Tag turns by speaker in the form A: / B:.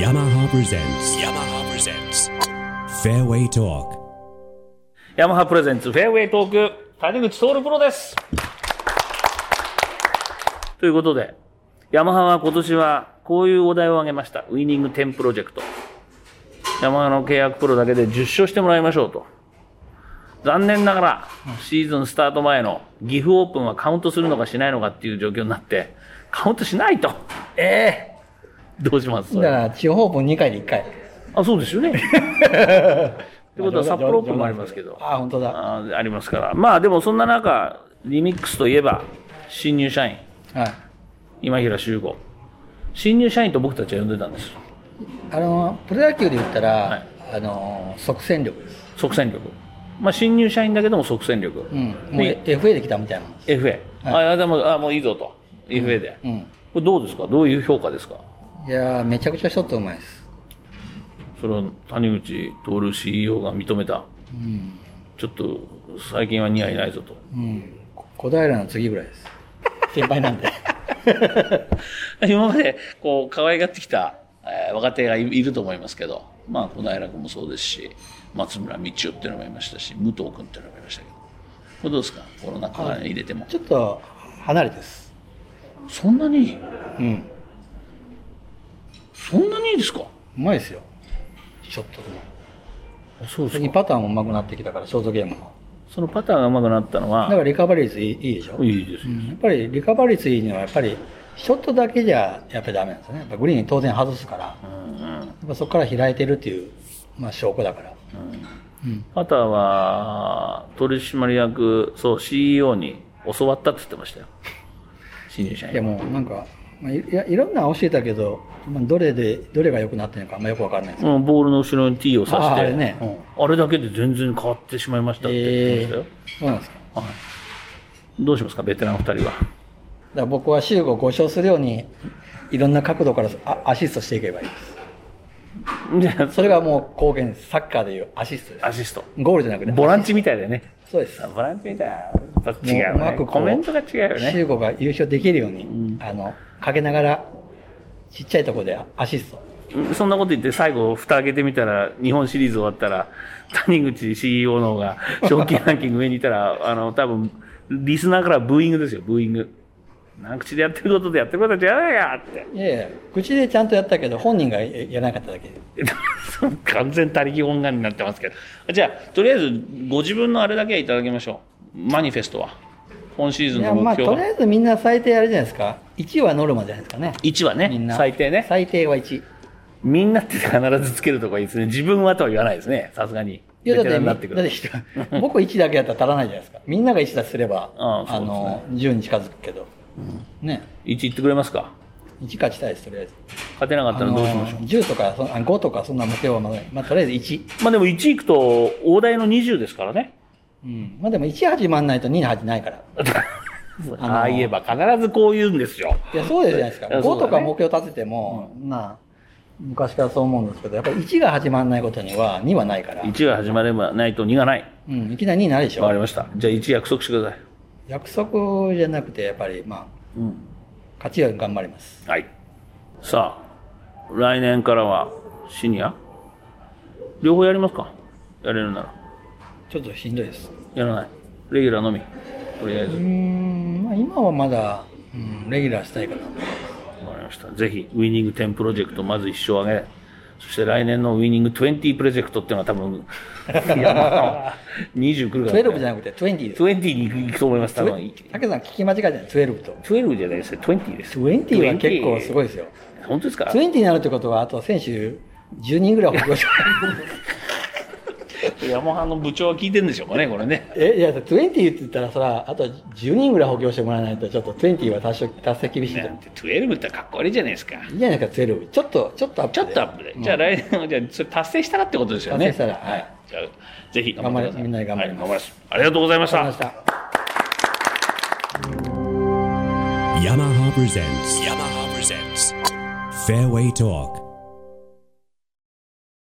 A: yamaha presents yamaha presents fairway talk
B: ヤマハプレゼンツフェアウェイトーク、谷口徹プロです。ということで、ヤマハは今年はこういうお題を挙げました。ウィニング10プロジェクト。ヤマハの契約プロだけで10勝してもらいましょうと。残念ながら、シーズンスタート前の岐阜オープンはカウントするのかしないのかっていう状況になって、カウントしないと。ええどうしますそ
C: だか
B: れ
C: ら、地方オープン2回で1回。っ
B: あ、そうですよね。ってことは札幌オープンもありますけど。
C: あ、本当だ。
B: あありますから、まあでもそんな中、リミックスといえば、新入社員、
C: はい。
B: 今平周吾、新入社員と僕たちは呼んでたんですよ、
C: あの、プロ野球で言ったら、
B: はい
C: あの、即戦力です。
B: 即戦力、まあ、新入社員だけども即戦力、
C: うん。もう
B: で
C: FA で来たみたいなもんです。
B: FA、ああでもあもういいぞと、FA で、
C: うん。
B: これどうですか、どういう評価ですか、
C: いやー、めちゃくちゃショットうまいです。
B: それは谷口徹 CEO が認めた、
C: うん。
B: ちょっと最近は似合いないぞと。
C: うん。こ小平の次ぐらいです。先輩なんで。
B: 今までこう可愛がってきた、えー若手がいいると思いますけど、まあ、小平君もそうですし松村道夫っていうのもいましたし武藤君っていうのもいましたけどこれどうですかこの中入れても
C: ちょっと、離れてです。
B: そんなに
C: うん。
B: そんなにいいですか
C: うまいですよ。ショットも。
B: そう
C: 最近パターンもうまくなってきたから、ショートゲームも。
B: そのパターンが上手くなったの
C: だか
B: は
C: らリカバリー率いいいいでしょ
B: いいです
C: う
B: よ
C: んやっぱりリカバリー率いいのはやっぱりショットだけじゃやっぱりダメなんですよねやっぱグリーン当然外すからやっぱそこから開いてるっていう、まあ、証拠だから、うん
B: パターは取締役そう CEO に教わったって言ってましたよ新入社
C: いや
B: 員
C: もうなんか、まあ、いいやいろんな教えたけど、まあ、どれでどれが良くなってるのかあんまよくわかんないんです
B: うんボールの後ろに T を刺して
C: あ
B: あ
C: あ
B: れ,、
C: れね
B: だけで全然変わってしまいましたって言ってましたよ、
C: けど、そうなんですか
B: はい、どうしますかベテラン2人は
C: だから僕は週5五勝するようにいろんな角度からあアシストしていけばいいです
B: じゃ
C: それがもう貢献ですサッカーでいうアシストです
B: アシスト
C: ゴールじゃなくて
B: ボランチみたいだよね
C: そうです
B: ボランチみたいなやっぱ違う,、
C: もう
B: ね、
C: まくこう
B: コメントが違うよね
C: 修吾が優勝できるように、あの、かけながら、ちっちゃいとこでアシスト。
B: うんそんなこと言って最後蓋開けてみたら日本シリーズ終わったら谷口 CEO の方が賞金ランキング上にいたらあの多分リスナーからブーイングですよブーイングなんか口でやってることでやってることじゃないやって
C: いやいや、口でちゃんとやったけど、本人がやらなかっただけで。
B: 完全他力本願になってますけど。じゃあ、とりあえず、ご自分のあれだけはいただきましょう。マニフェストは。今シーズ
C: い
B: ン
C: や、
B: の
C: ま
B: 目
C: あ、
B: 標
C: と
B: は
C: りあ。えずみんな最低あれじゃないですか。1はノルマじゃないですかね。
B: 1は
C: みん
B: ね、
C: な。
B: 最低ね。
C: 最低は1。い
B: みんなって必ずつけるとこがいいですね。自分はとは言わないですね。さすがに。
C: や、だっ
B: ベテラ
C: て
B: ン
C: み、
B: にな
C: だっ
B: って
C: て
B: くる。
C: 人 僕1だけやったら足らないじゃないですか。みんなが1だとすれば、
B: ああそうですね
C: の、10に近づくけど。ね。
B: 1言ってくれますか
C: 1勝ちたいです、とりあえず。
B: 勝てなかったらどうしましょう。
C: あの10とか、そんあ5とか、そんな目標はまだない。まあ、とりあえず1。
B: まあでも1行くと、大台の20ですからね。
C: うん、まあでも1始まんないと2の始ないから。あの
B: ああ言えば必ずこう言うんですよ。
C: いや、そうじゃないですか。
B: いや
C: 5
B: そうだ
C: と
B: ね
C: か目標立てても、まあ、昔からそう思うんですけど、やっぱり1が始まんないことには2はないから。
B: 1が始まればないと2がない。
C: うん、いきなり2になるでし
B: わかり
C: ょ。
B: ました。じゃあ1約束してください。
C: 約束じゃなくて、やっぱり、まあ、
B: うん。
C: 勝ちように頑張ります。
B: はい。さあ、来年からはシニア両方やりますかやれるなら。
C: ちょっとしんどいです。
B: やらない。レギュラーのみ。とりあえず
C: うー。ん、まあ今はまだ、うん、レギュラーしたいかな。
B: わかりました。ぜひ、ウィニング10プロジェクト、まず一勝上げ、そして来年のウィニング20プロジェクトっていうのは多 分、いやまあ20来るから、
C: 12じゃなくて20です。
B: 20に行くと思います、多分。
C: たけさん聞き間違えたね、12と。
B: 12じゃないですよ、20です。
C: 20は結構すご
B: い。
C: いですよ。
B: 本当ですか
C: 20になるってことは、あと選手10人ぐらい補強して
B: ヤマハの部長は聞いてるんでしょうかね、これね。
C: え、いや、20って言ったらさ、あと10人ぐらい補強してもらわないと、ちょっと20は達成達成厳しいじゃ
B: だっ
C: ん。
B: て12ってかっこいいじゃないですか。
C: いいじゃないですか、12。ちょっと、ちょっとアップ
B: ちょっとアップで。じゃあ来年は、じゃあそれ達成したらってことですよね。
C: 達成したら
B: は
C: はいい。
B: じゃあ、ぜひ頑張ってください。
C: 頑張れみんなで頑張ります
B: はい頑張ります。ありがとうございまし
C: わかり
B: た
C: まし。た。
A: yamaha presents yamaha presents fairway talk